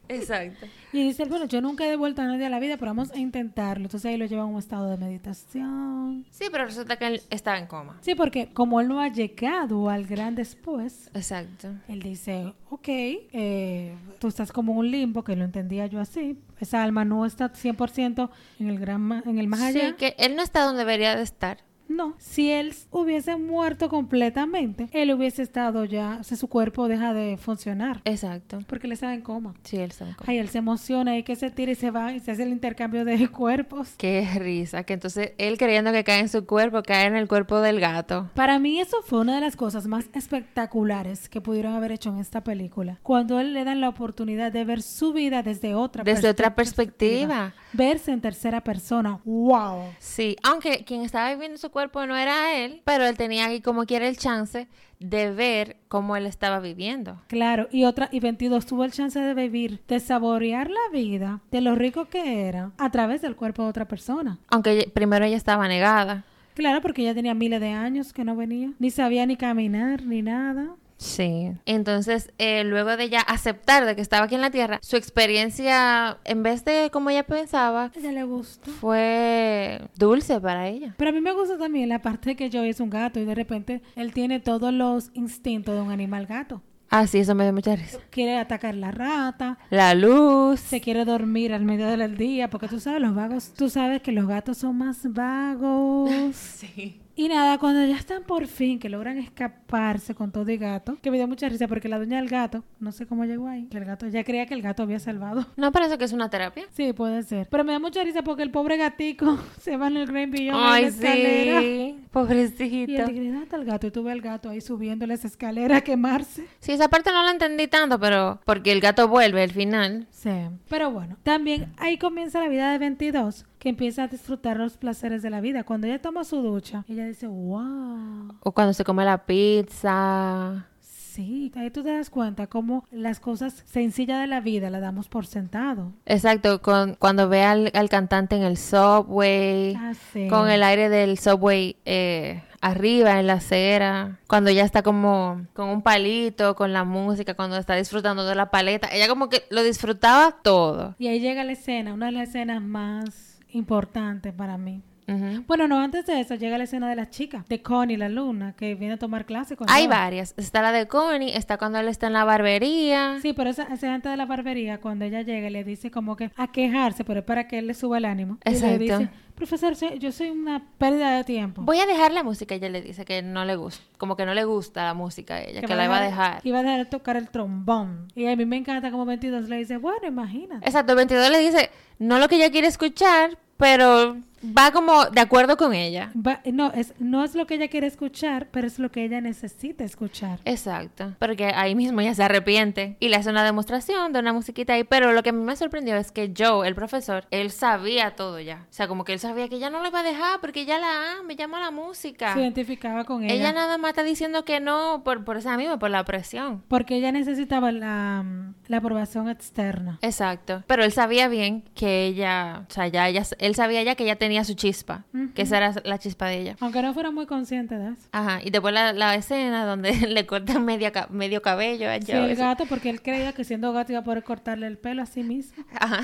Speaker 1: Exacto.
Speaker 2: Y dice, él, bueno, yo nunca he devuelto a nadie a la vida, pero vamos a intentarlo. Entonces ahí lo lleva a un estado de meditación.
Speaker 1: Sí, pero resulta que él está en coma.
Speaker 2: Sí, porque como él no ha llegado al gran después,
Speaker 1: Exacto.
Speaker 2: él dice, ok, eh, tú estás como en un limbo, que lo entendía yo así. Esa alma no está 100% en el, gran ma- en el más allá.
Speaker 1: Sí, que él no está donde debería de estar.
Speaker 2: No, si él hubiese muerto completamente, él hubiese estado ya, o sea, su cuerpo deja de funcionar,
Speaker 1: Exacto.
Speaker 2: porque él estaba en coma.
Speaker 1: Sí, él está en coma.
Speaker 2: Ay, él se emociona y que se tira y se va y se hace el intercambio de cuerpos.
Speaker 1: Qué risa. Que entonces él creyendo que cae en su cuerpo, cae en el cuerpo del gato.
Speaker 2: Para mí eso fue una de las cosas más espectaculares que pudieron haber hecho en esta película. Cuando él le dan la oportunidad de ver su vida desde otra
Speaker 1: Desde otra
Speaker 2: perspectiva.
Speaker 1: perspectiva.
Speaker 2: Verse en tercera persona. ¡Wow!
Speaker 1: Sí, aunque quien estaba viviendo su cuerpo no era él, pero él tenía ahí como quiera el chance de ver cómo él estaba viviendo.
Speaker 2: Claro, y otra, y 22 tuvo el chance de vivir, de saborear la vida, de lo rico que era, a través del cuerpo de otra persona.
Speaker 1: Aunque ella- primero ella estaba negada.
Speaker 2: Claro, porque ella tenía miles de años que no venía, ni sabía ni caminar, ni nada.
Speaker 1: Sí. Entonces, eh, luego de ella aceptar de que estaba aquí en la Tierra, su experiencia, en vez de como ella pensaba,
Speaker 2: A ella le gustó.
Speaker 1: fue dulce para ella.
Speaker 2: Pero a mí me gusta también la parte de que Joey es un gato y de repente él tiene todos los instintos de un animal gato.
Speaker 1: Ah, sí, eso me dio mucha risa.
Speaker 2: Quiere atacar la rata,
Speaker 1: La luz.
Speaker 2: se quiere dormir al medio del día, porque tú sabes, los vagos, tú sabes que los gatos son más vagos.
Speaker 1: Sí.
Speaker 2: Y nada, cuando ya están por fin, que logran escaparse con todo y gato, que me dio mucha risa porque la dueña del gato, no sé cómo llegó ahí, que el gato ya creía que el gato había salvado.
Speaker 1: ¿No parece que es una terapia?
Speaker 2: Sí, puede ser. Pero me da mucha risa porque el pobre gatico se va en el Grand Beyond en la
Speaker 1: Ay,
Speaker 2: escalera.
Speaker 1: sí.
Speaker 2: Y
Speaker 1: Pobrecito.
Speaker 2: el data al gato, y tuve al gato ahí subiendo las escaleras a quemarse.
Speaker 1: Sí, esa parte no la entendí tanto, pero porque el gato vuelve al final.
Speaker 2: Sí. Pero bueno, también ahí comienza la vida de 22, que empieza a disfrutar los placeres de la vida. Cuando ella toma su ducha, ella dice, wow.
Speaker 1: O cuando se come la pizza.
Speaker 2: Sí, ahí tú te das cuenta cómo las cosas sencillas de la vida las damos por sentado.
Speaker 1: Exacto, con, cuando ve al, al cantante en el subway,
Speaker 2: Ah, sí.
Speaker 1: con el aire del subway eh, arriba en la acera, cuando ya está como con un palito, con la música, cuando está disfrutando de la paleta, ella como que lo disfrutaba todo.
Speaker 2: Y ahí llega la escena, una de las escenas más importantes para mí.
Speaker 1: Ujú.
Speaker 2: Bueno, no, antes de eso llega la escena de las chicas, de Connie, la luna, que viene a tomar clase con
Speaker 1: Hay
Speaker 2: Noah.
Speaker 1: varias. Está la de Connie, está cuando él está en la barbería.
Speaker 2: Sí, pero esa, esa gente de la barbería, cuando ella llega, le dice como que a quejarse, pero es para que él le suba el ánimo. Y
Speaker 1: Exacto.
Speaker 2: le dice, profesor, se- yo soy una pérdida de tiempo.
Speaker 1: Voy a dejar la música, ella le dice que no le gusta, como que no le gusta la música a ella, que, la iba a dejar.
Speaker 2: Iba a dejar de tocar el trombón. Y a mí me encanta como 22 le dice, bueno, imagínate.
Speaker 1: Exacto, 22 le dice, no lo que ella quiere escuchar, pero va como de acuerdo con ella.
Speaker 2: Va- no, es, no es lo que ella quiere escuchar, pero es lo que ella necesita escuchar.
Speaker 1: Exacto, porque ahí mismo ella se arrepiente y le hace una demostración de una musiquita ahí, pero lo que a mí me sorprendió es que Joe, el profesor, él sabía todo ya. O sea, como que él sabía que ella no lo iba a dejar porque ella la ama, llama la música.
Speaker 2: Se identificaba con ella.
Speaker 1: Ella nada más está diciendo que no por, por esa misma, por la presión.
Speaker 2: Porque ella necesitaba la, mm, la aprobación externa.
Speaker 1: Exacto. Pero él sabía bien que ella, o sea, ya ella, él sabía ya que ella tenía su chispa, que esa era la chispa de ella.
Speaker 2: Aunque no fuera muy consciente de eso.
Speaker 1: Ajá, y después la, la escena donde le cortan media, ca- medio cabello a Joe.
Speaker 2: Sí, el
Speaker 1: eso-
Speaker 2: gato, porque él creía que siendo gato iba a poder cortarle el pelo a sí mismo.
Speaker 1: Ajá.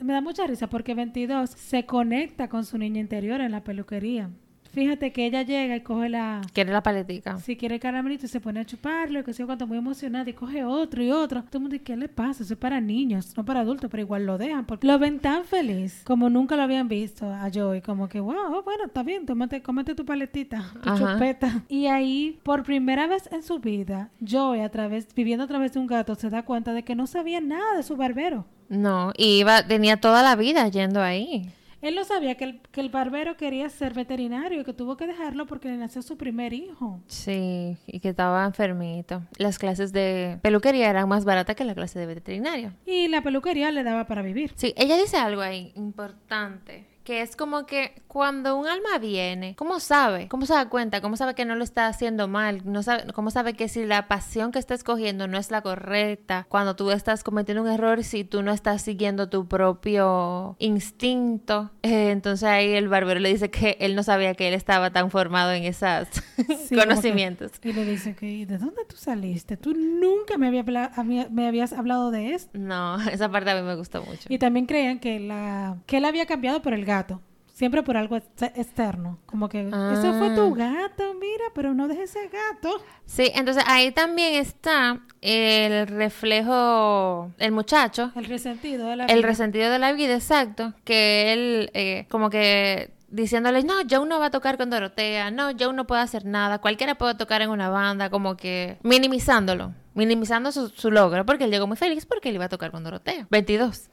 Speaker 2: Me da mucha risa porque 22 se conecta con su niña interior en la peluquería. Fíjate que ella llega y coge la...
Speaker 1: Quiere la paletica.
Speaker 2: Si quiere el caramelito y se pone a chuparlo, y que sé yo cuánto, muy emocionada, y coge otro y otro. Todo el mundo, ¿y ¿qué le pasa? Eso es para niños, no para adultos, pero igual lo dejan. Porque lo ven tan feliz, como nunca lo habían visto a Joey. Como que, wow, bueno, está bien, tómate, cómete tu paletita, tu
Speaker 1: Ajá.
Speaker 2: chupeta. Y ahí, por primera vez en su vida, Joey, a través, viviendo a través de un gato, se da cuenta de que no sabía nada de su barbero.
Speaker 1: No, y iba, tenía toda la vida yendo ahí.
Speaker 2: Él no sabía que el, que el barbero quería ser veterinario y que tuvo que dejarlo porque le nació su primer hijo.
Speaker 1: Sí, y que estaba enfermito. Las clases de peluquería eran más baratas que la clase de veterinario.
Speaker 2: Y la peluquería le daba para vivir.
Speaker 1: Sí, ella dice algo ahí importante, que es como que cuando un alma viene, ¿cómo sabe? ¿Cómo se da cuenta? ¿Cómo sabe que no lo está haciendo mal? No sabe, ¿Cómo sabe que si la pasión que está escogiendo no es la correcta? Cuando tú estás cometiendo un error, si tú no estás siguiendo tu propio instinto. Eh, entonces ahí el barbero le dice que él no sabía que él estaba tan formado en esos
Speaker 2: Sí, como que-
Speaker 1: conocimientos.
Speaker 2: y le dice que, "¿Y ¿de dónde tú saliste? Tú nunca me, había habla- a mí- me habías hablado de esto.
Speaker 1: No, esa parte a mí me gustó mucho.
Speaker 2: Y también creían que, la, que él había cambiado por el gato. Siempre por algo ex- externo. Como que, eso fue tu
Speaker 1: Ah.
Speaker 2: gato, mira, pero no dejes ese gato.
Speaker 1: Sí, entonces ahí también está el reflejo, el muchacho,
Speaker 2: El resentido de la
Speaker 1: el
Speaker 2: vida.
Speaker 1: resentido de la vida, exacto, que él eh, como que diciéndole, no, Joe no va a tocar con Dorotea, no, Joe no puede hacer nada, cualquiera puede tocar en una banda, como que minimizándolo, minimizando su, su logro, porque él llegó muy feliz porque él iba a tocar con Dorotea. 22.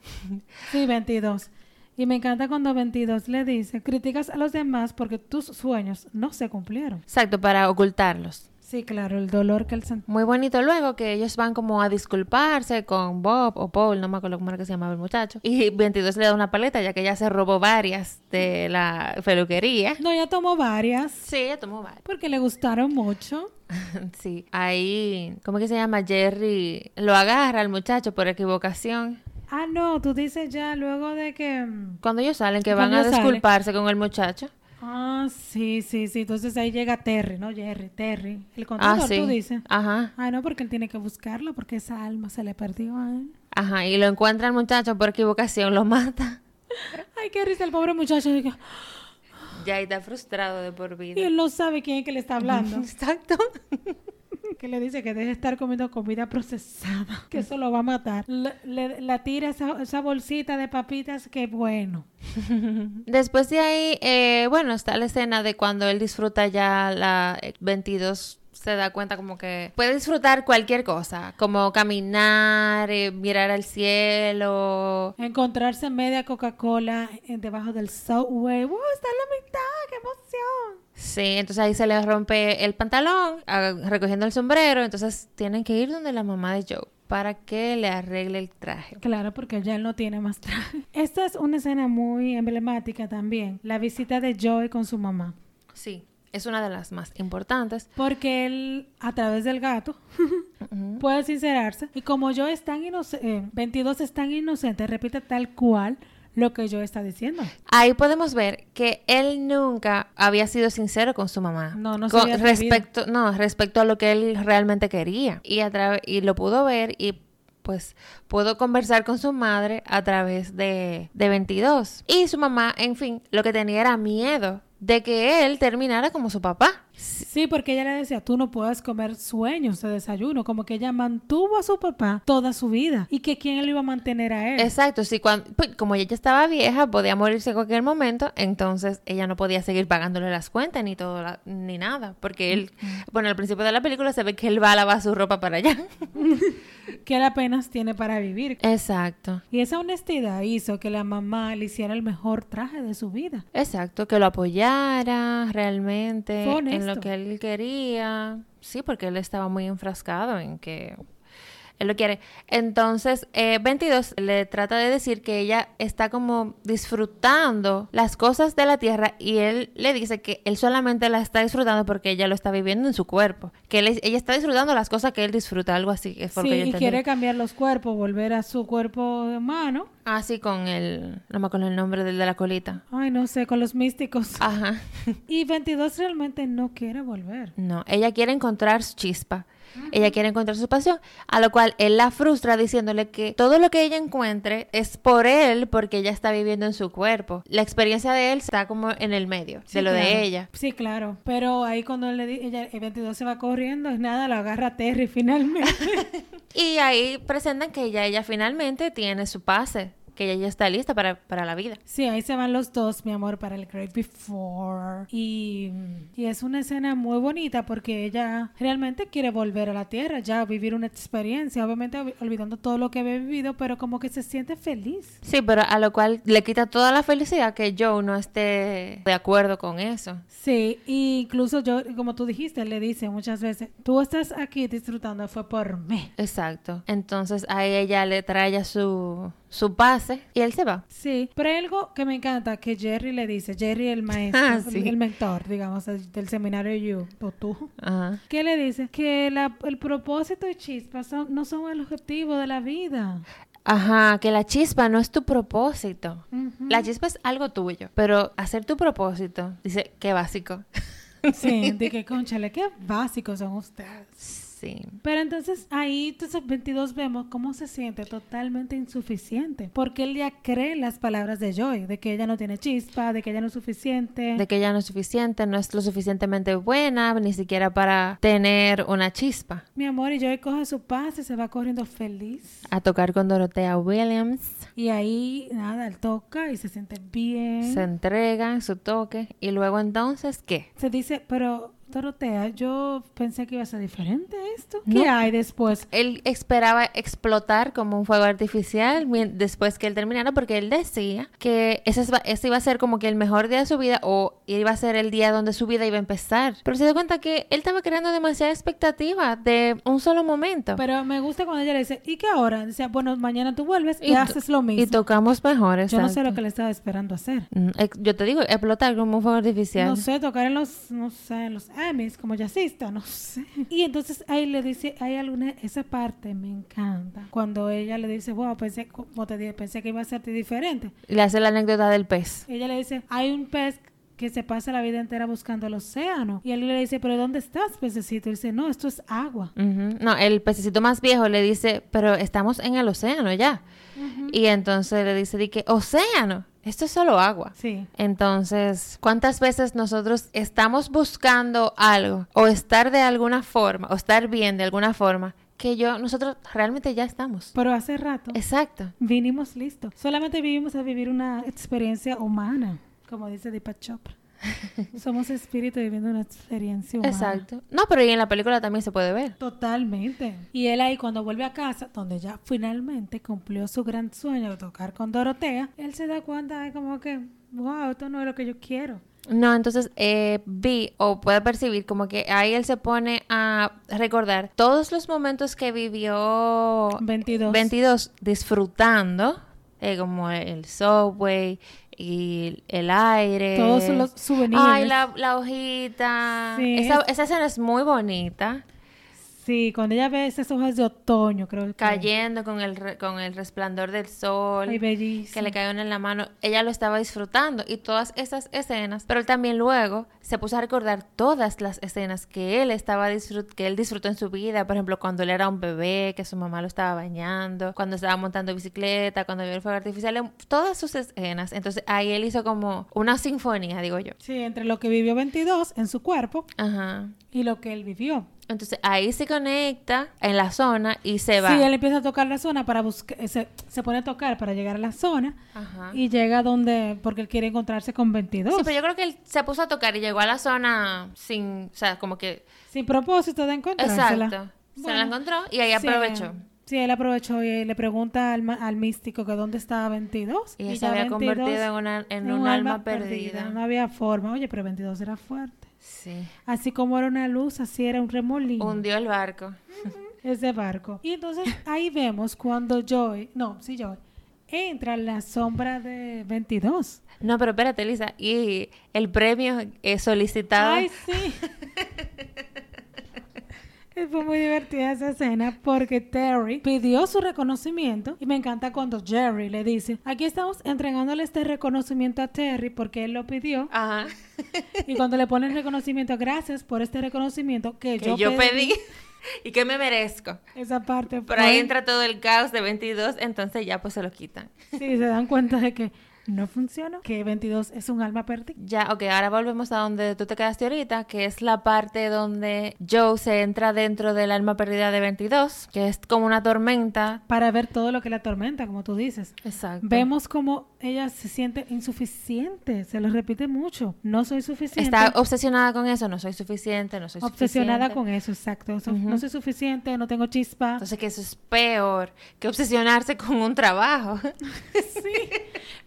Speaker 2: Sí, 22. Y me encanta cuando 22 le dice, criticas a los demás porque tus sueños no se cumplieron.
Speaker 1: Exacto, para ocultarlos.
Speaker 2: Sí, claro, el dolor que él sentía.
Speaker 1: Muy bonito luego que ellos van como a disculparse con Bob o Paul, no me acuerdo cómo era que se llamaba el muchacho. Y 22 le da una paleta ya que ella se robó varias de la peluquería.
Speaker 2: No, ya tomó varias
Speaker 1: Sí, ella tomó varias.
Speaker 2: porque le gustaron mucho.
Speaker 1: Sí, ahí, ¿cómo que se llama? Jerry lo agarra al muchacho por equivocación.
Speaker 2: Ah, no, tú dices ya luego de que... mm,
Speaker 1: Cuando ellos salen que van
Speaker 2: Cuando
Speaker 1: a
Speaker 2: ellos salen.
Speaker 1: disculparse con el muchacho.
Speaker 2: Ah, sí, sí, sí. Entonces ahí llega Terry, ¿no? Jerry, Terry. El
Speaker 1: Ah,
Speaker 2: contador,
Speaker 1: sí.
Speaker 2: tú dices.
Speaker 1: Ajá.
Speaker 2: Ah, no, porque él tiene que buscarlo porque esa alma se le perdió ¿eh? a él.
Speaker 1: Ajá, y lo encuentra el muchacho por equivocación, lo mata.
Speaker 2: Ay, qué risa el pobre muchacho. digo,
Speaker 1: Ya y está frustrado de por
Speaker 2: Y
Speaker 1: vida.
Speaker 2: él no sabe quién es que le está hablando.
Speaker 1: Exacto.
Speaker 2: que le dice que deje de estar comiendo comida procesada, que eso lo va a matar. Le, le- la tira esa, esa bolsita de papitas, que bueno.
Speaker 1: Después de ahí, eh, bueno, está la escena de cuando él disfruta ya la eh, 22 se da cuenta como que puede disfrutar cualquier cosa, como caminar, eh, mirar al cielo.
Speaker 2: Encontrarse media Coca-Cola eh, debajo del subway. ¡Wow! Está en la mitad, qué emoción.
Speaker 1: Sí, entonces ahí se le rompe el pantalón ah, recogiendo el sombrero, entonces tienen que ir donde la mamá de Joe para que le arregle el traje.
Speaker 2: Claro, porque ya él no tiene más traje. Esta es una escena muy emblemática también, la visita de Joey con su mamá.
Speaker 1: Sí, es una de las más importantes. Mm,
Speaker 2: Porque él, a través del gato, puede sincerarse. Y como yo es tan inocente, 22 es tan inocente, repite tal cual lo que yo está diciendo.
Speaker 1: Ahí podemos ver que él nunca había sido sincero con su mamá.
Speaker 2: No, no se
Speaker 1: Con-
Speaker 2: había atrevido.
Speaker 1: respecto, no, respecto a lo que él realmente quería y a trave- y lo pudo ver y pues pudo conversar con su madre a través de, de 22. Y su mamá, en fin, lo que tenía era miedo de que él terminara como su papá.
Speaker 2: Sí, porque ella le decía, tú no puedes comer sueños de desayuno, como que ella mantuvo a su papá toda su vida y que quién lo iba a mantener a él.
Speaker 1: Exacto, sí, cuando, pues, como ella ya estaba vieja, podía morirse en cualquier momento, entonces ella no podía seguir pagándole las cuentas ni todo la, ni nada, porque él, bueno, al principio de la película se ve que él va a lavar su ropa para allá.
Speaker 2: que él apenas tiene para vivir.
Speaker 1: Exacto.
Speaker 2: Y esa honestidad hizo que la mamá le hiciera el mejor traje de su vida.
Speaker 1: Exacto, que lo apoyara realmente
Speaker 2: Fue
Speaker 1: en lo
Speaker 2: honesto.
Speaker 1: que él quería. Sí, porque él estaba muy enfrascado en que él lo quiere. Entonces, eh, 22 le trata de decir que ella está como disfrutando las cosas de la tierra y él le dice que él solamente la está disfrutando porque ella lo está viviendo en su cuerpo. Que él es- ella está disfrutando las cosas que él disfruta, algo así. Que fue lo
Speaker 2: Sí,
Speaker 1: que yo
Speaker 2: y
Speaker 1: entendí.
Speaker 2: quiere cambiar los cuerpos, volver a su cuerpo humano.
Speaker 1: Ah, sí, con el... No me acuerdo el nombre del de la colita.
Speaker 2: Ay, no sé, con los místicos.
Speaker 1: Ajá.
Speaker 2: Y 22 realmente no quiere volver.
Speaker 1: No, ella quiere encontrar su chispa. Ella quiere encontrar su pasión, a lo cual él la frustra diciéndole que todo lo que ella encuentre es por él porque ella está viviendo en su cuerpo. La experiencia de él está como en el medio
Speaker 2: Sí,
Speaker 1: de lo
Speaker 2: claro.
Speaker 1: de ella.
Speaker 2: Sí, claro. Pero ahí cuando él le di- ella, el 22 se va corriendo, es nada, la agarra Terry finalmente.
Speaker 1: Y ahí presentan que ya ella finalmente tiene su pase, que ella ya está lista para, para la vida.
Speaker 2: sí, ahí se van los dos, mi amor, para el Great Before. Y, y es una escena muy bonita porque ella realmente quiere volver a la tierra, ya vivir una experiencia, obviamente ob- olvidando todo lo que había vivido, pero como que se siente feliz.
Speaker 1: Sí, pero a lo cual le quita toda la felicidad que Joe no esté de acuerdo con eso.
Speaker 2: Sí, e incluso yo, como tú dijiste, le dice muchas veces, tú estás aquí disfrutando, fue por mí.
Speaker 1: Exacto. Entonces ahí ella le trae ya su, su pase y él se va.
Speaker 2: Sí, pero hay algo que me encanta que Jerry le dice, Jerry el maestro,
Speaker 1: Ah, sí.
Speaker 2: el mentor, digamos, el- del seminario You, o tú,
Speaker 1: Ajá.
Speaker 2: que le dice que la- el propósito y chispa son- no son el objetivo de la vida.
Speaker 1: Ajá, que la chispa no es tu propósito.
Speaker 2: Ujú.
Speaker 1: La chispa es algo tuyo, pero hacer tu propósito, dice, qué básico.
Speaker 2: Sí, de que, conchale, qué básicos son ustedes.
Speaker 1: Sí.
Speaker 2: Pero entonces ahí, entonces 22 vemos cómo se siente totalmente insuficiente, porque él ya cree en las palabras de Joy, de que ella no tiene chispa, de que ella no es suficiente.
Speaker 1: De que ella no es suficiente, no es lo suficientemente buena, ni siquiera para tener una chispa.
Speaker 2: Mi amor, y Joy coge su paz y se va corriendo feliz.
Speaker 1: A tocar con Dorotea Williams,
Speaker 2: Y ahí, nada, él toca y se siente bien.
Speaker 1: se entrega en su toque, y luego entonces, ¿qué?
Speaker 2: Se dice, pero Dorotea, yo pensé que iba a ser diferente esto.
Speaker 1: No.
Speaker 2: ¿Qué hay después?
Speaker 1: Él esperaba explotar como un fuego artificial mien- después que él terminara porque él decía que ese, es- ese iba a ser como que el mejor día de su vida o iba a ser el día donde su vida iba a empezar. Pero se dio cuenta que él estaba creando demasiada expectativa de un solo momento.
Speaker 2: Pero me gusta cuando ella le dice, ¿y qué ahora? Dice, bueno, mañana tú vuelves y,
Speaker 1: to-
Speaker 2: haces lo mismo.
Speaker 1: Y tocamos mejor,
Speaker 2: yo no sé
Speaker 1: exacto.
Speaker 2: lo que le estaba esperando hacer.
Speaker 1: Mm, ex- Yo te digo, explotar como un fuego artificial.
Speaker 2: No sé, tocar en los, no sé, en los Emmys como jazzista, no sé. Y entonces ahí le dice, hay alguna, esa parte me encanta. Cuando ella le dice, wow, pensé, como te dije, pensé que iba a ser diferente.
Speaker 1: Le hace la anécdota del pez.
Speaker 2: Ella le dice, hay un pez que se pasa la vida entera buscando el océano. Y él le dice, pero ¿dónde estás, pececito? Y dice, no, esto es agua.
Speaker 1: Ujú. No, el pececito más viejo le dice, pero estamos en el océano ya. Y entonces le dice, di que, océano, esto es solo agua.
Speaker 2: Sí.
Speaker 1: Entonces, ¿cuántas veces nosotros estamos buscando algo o estar de alguna forma o estar bien de alguna forma que yo, nosotros realmente ya estamos?
Speaker 2: Pero hace rato
Speaker 1: Exacto.
Speaker 2: vinimos listos. Solamente vivimos a vivir una experiencia humana, como dice Deepak Chopra. Somos espíritu viviendo una experiencia humana.
Speaker 1: Exacto. No, pero y en la película también se puede ver.
Speaker 2: Totalmente. Y él ahí cuando vuelve a casa, donde ya finalmente cumplió su gran sueño de tocar con Dorotea, él se da cuenta de como que, wow, esto no es lo que yo quiero.
Speaker 1: No, entonces eh, vi o puede percibir como que ahí él se pone a recordar todos los momentos que vivió
Speaker 2: 22.
Speaker 1: 22 disfrutando, eh, como el subway y el aire.
Speaker 2: Todos los souvenirs.
Speaker 1: Ay, la, la hojita.
Speaker 2: Sí,
Speaker 1: Esa,
Speaker 2: es-
Speaker 1: esa escena es muy bonita.
Speaker 2: Sí, cuando ella ve esas hojas de otoño, creo que.
Speaker 1: Cayendo con el, re- con el resplandor del sol.
Speaker 2: Ay, bellísimo.
Speaker 1: que le cayeron en la mano, ella lo estaba disfrutando y todas esas escenas, pero él también luego se puso a recordar todas las escenas que él estaba disfrut que él disfrutó en su vida, por ejemplo, cuando él era un bebé, que su mamá lo estaba bañando, cuando estaba montando bicicleta, cuando vio el fuego artificial, en- todas sus escenas. Entonces ahí él hizo como una sinfonía, digo yo.
Speaker 2: Sí, entre lo que vivió 22 en su cuerpo
Speaker 1: Ajá.
Speaker 2: y lo que él vivió.
Speaker 1: Entonces ahí se conecta en la zona y se va.
Speaker 2: Sí, él empieza a tocar la zona para buscar, se, se pone a tocar para llegar a la zona
Speaker 1: Ajá.
Speaker 2: y llega donde, porque él quiere encontrarse con 22.
Speaker 1: Ah. Sí, pero yo creo que él se puso a tocar y llegó a la zona sin, o sea, como que
Speaker 2: Sin propósito de encontrársela.
Speaker 1: Exacto. Se
Speaker 2: Bueno.
Speaker 1: la encontró y ahí aprovechó.
Speaker 2: Sí, sí, él aprovechó y le pregunta al, ma- al místico que dónde estaba 22.
Speaker 1: Y ella se
Speaker 2: ya
Speaker 1: había
Speaker 2: 22
Speaker 1: convertido en una- en un alma perdida.
Speaker 2: No había forma. Oye, pero 22 era fuerte.
Speaker 1: Sí.
Speaker 2: Así como era una luz, así era un remolino.
Speaker 1: Hundió el barco.
Speaker 2: ese barco. Y entonces ahí vemos cuando Joy, no, sí Joy, entra en la sombra de 22.
Speaker 1: No, pero espérate, Lisa. Y el premio eh, solicitado.
Speaker 2: Ay, sí. Fue muy divertida esa escena porque Terry pidió su reconocimiento y me encanta cuando Jerry le dice, aquí estamos entregándole este reconocimiento a Terry porque él lo pidió
Speaker 1: Ajá.
Speaker 2: y cuando le ponen reconocimiento, gracias por este reconocimiento que,
Speaker 1: Que yo, pedí. ¿Y que me merezco?
Speaker 2: Esa parte.
Speaker 1: Por ahí
Speaker 2: fue-
Speaker 1: entra todo el caos de 22, entonces ya pues se lo quitan.
Speaker 2: Sí, se dan cuenta de que no funciona, que 22 es un alma perdida.
Speaker 1: Ya, ok, ahora volvemos a donde tú te quedaste ahorita, que es la parte donde Joe se entra dentro del alma perdida de 22, que es como una tormenta.
Speaker 2: Para ver todo lo que la atormenta, como tú dices.
Speaker 1: Exacto.
Speaker 2: Vemos como ella se siente insuficiente, se lo repite mucho. No soy suficiente.
Speaker 1: Está obsesionada con eso, no soy suficiente, no soy
Speaker 2: obsesionada
Speaker 1: suficiente.
Speaker 2: con eso, exacto. So-
Speaker 1: Ujú.
Speaker 2: No soy suficiente, no tengo chispa.
Speaker 1: Entonces que eso es peor que obsesionarse con un trabajo.
Speaker 2: sí,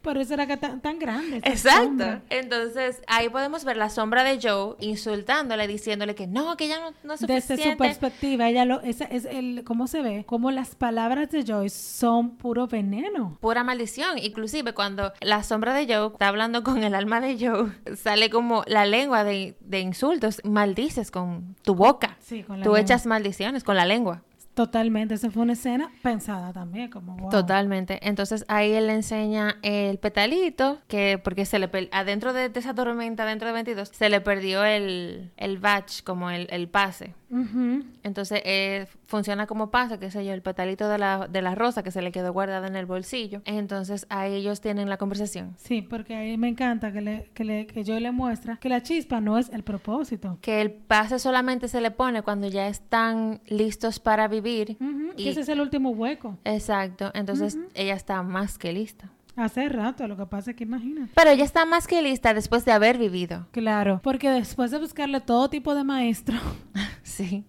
Speaker 2: por eso era que tan, tan grande. esa
Speaker 1: Exacto.
Speaker 2: sombra.
Speaker 1: Entonces ahí podemos ver la sombra de Joe insultándole, diciéndole que no, que ya no, no es suficiente.
Speaker 2: Desde su perspectiva, ella lo, esa es el cómo se ve, cómo las palabras de Joyce son puro veneno.
Speaker 1: Pura maldición. Inclusive cuando la sombra de Joe está hablando con el alma de Joe, sale como la lengua de, de insultos. Maldices con tu boca.
Speaker 2: Sí, con la
Speaker 1: Tú
Speaker 2: lengua.
Speaker 1: echas maldiciones con la lengua.
Speaker 2: Totalmente, esa fue una escena pensada también, como wow.
Speaker 1: Totalmente. Entonces ahí él le enseña el petalito, que porque se le per- adentro de, de esa tormenta, dentro de 22, se le perdió el, el batch, como el, el pase.
Speaker 2: Ujú.
Speaker 1: Entonces eh, funciona como pase, qué sé yo, el petalito de la, de la rosa que se le quedó guardada en el bolsillo. Entonces ahí ellos tienen la conversación.
Speaker 2: Sí, porque ahí me encanta que, le, que, le, que yo le muestra que la chispa no es el propósito.
Speaker 1: Que el pase solamente se le pone cuando ya están listos para vivir.
Speaker 2: Ujú, que
Speaker 1: Y-
Speaker 2: ese es el último hueco.
Speaker 1: Exacto. Entonces ella está más que lista.
Speaker 2: Hace rato, lo que pasa es que imagina.
Speaker 1: Pero ella está más que lista después de haber vivido.
Speaker 2: Claro, porque después de buscarle todo tipo de maestro,
Speaker 1: Sí.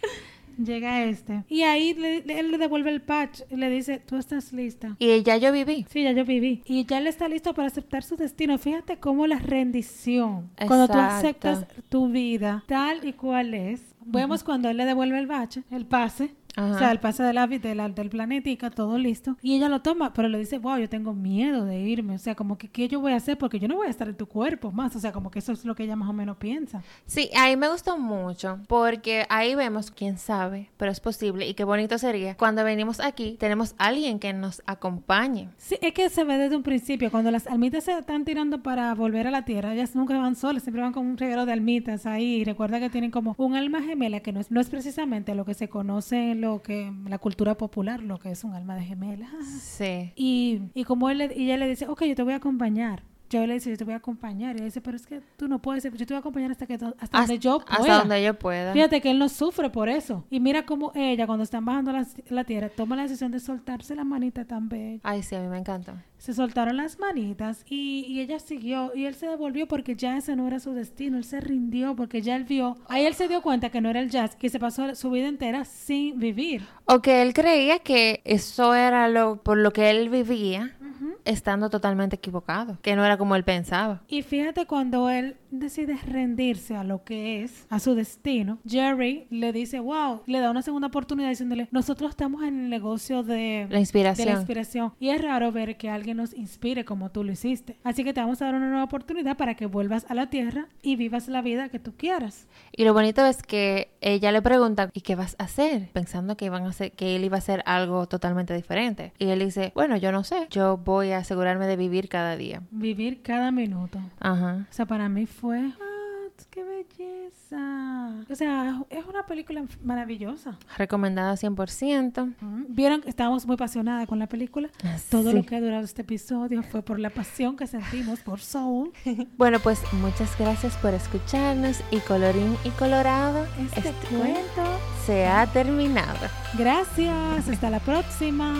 Speaker 2: llega este. Y ahí le- le- él le devuelve el patch y le dice, tú estás lista.
Speaker 1: Y ya yo viví.
Speaker 2: Sí, ya yo viví. Y ya él está listo para aceptar su destino. Fíjate cómo la rendición. Cuando tú
Speaker 1: Exacto.
Speaker 2: aceptas tu vida tal y cual es. Vemos cuando él le devuelve el bache, el pase.
Speaker 1: Ajá.
Speaker 2: O sea, el pase de la, vi- de la- del planetica, todo listo. Y ella lo toma, pero le dice, wow, yo tengo miedo de irme. O sea, como que, ¿qué yo voy a hacer? Porque yo no voy a estar en tu cuerpo más. O sea, como que eso es lo que ella más o menos piensa.
Speaker 1: Sí, ahí me gustó mucho porque ahí vemos, quién sabe, pero es posible y qué bonito sería. Cuando venimos aquí, tenemos alguien que nos acompañe.
Speaker 2: Sí, es que se ve desde un principio. Cuando las almitas se están tirando para volver a la tierra, ellas nunca van solas, siempre van con un reguero de almitas ahí. Y recuerda que tienen como un alma gemela, que no es, no es precisamente lo que se conoce en lo que, en la cultura popular, lo que es un alma de gemela.
Speaker 1: Sí.
Speaker 2: Y, y como él le- y ella le dice, ok, yo te voy a acompañar. Yo le dice, yo te voy a acompañar. Y él dice, pero es que tú no puedes, yo te voy a acompañar hasta, que, do- hasta, donde yo pueda.
Speaker 1: Hasta donde yo pueda.
Speaker 2: Fíjate que él no sufre por eso. Y mira cómo ella, cuando están bajando la, la tierra, toma la decisión de soltarse la manita tan bella.
Speaker 1: Ay, sí, a mí me encanta.
Speaker 2: Se soltaron las manitas y, y ella siguió y él se devolvió porque ya ese no era su destino, él se rindió porque ya él vio, ahí él se dio cuenta que no era el jazz y se pasó su vida entera sin vivir.
Speaker 1: O que él creía que eso era lo por lo que él vivía, estando totalmente equivocado, que no era como él pensaba.
Speaker 2: Y fíjate cuando él decide rendirse a lo que es, a su destino, Jerry le dice, wow, le da una segunda oportunidad diciéndole, nosotros estamos en el negocio de
Speaker 1: La inspiración.
Speaker 2: de la inspiración. Y es raro ver que alguien nos inspire como tú lo hiciste. Así que te vamos a dar una nueva oportunidad para que vuelvas a la tierra y vivas la vida que tú quieras.
Speaker 1: Y lo bonito es que ella le pregunta, ¿y qué vas a hacer? Pensando que, iban a hacer, que él iba a hacer algo totalmente diferente. Y él dice, bueno, yo no sé, yo voy a asegurarme de vivir cada día.
Speaker 2: Vivir cada minuto.
Speaker 1: Ajá.
Speaker 2: O sea, para mí fue... "Ah, ¡Qué belleza! O sea, es una película maravillosa.
Speaker 1: Recomendada 100%.
Speaker 2: Ujú. Vieron que estábamos muy apasionadas con la película. Todo lo que ha durado este episodio fue por la pasión que sentimos por Soul. Este
Speaker 1: Bueno, pues muchas gracias por escucharnos y colorín y colorado.
Speaker 2: Este
Speaker 1: cuento se ha terminado.
Speaker 2: Gracias, hasta la próxima.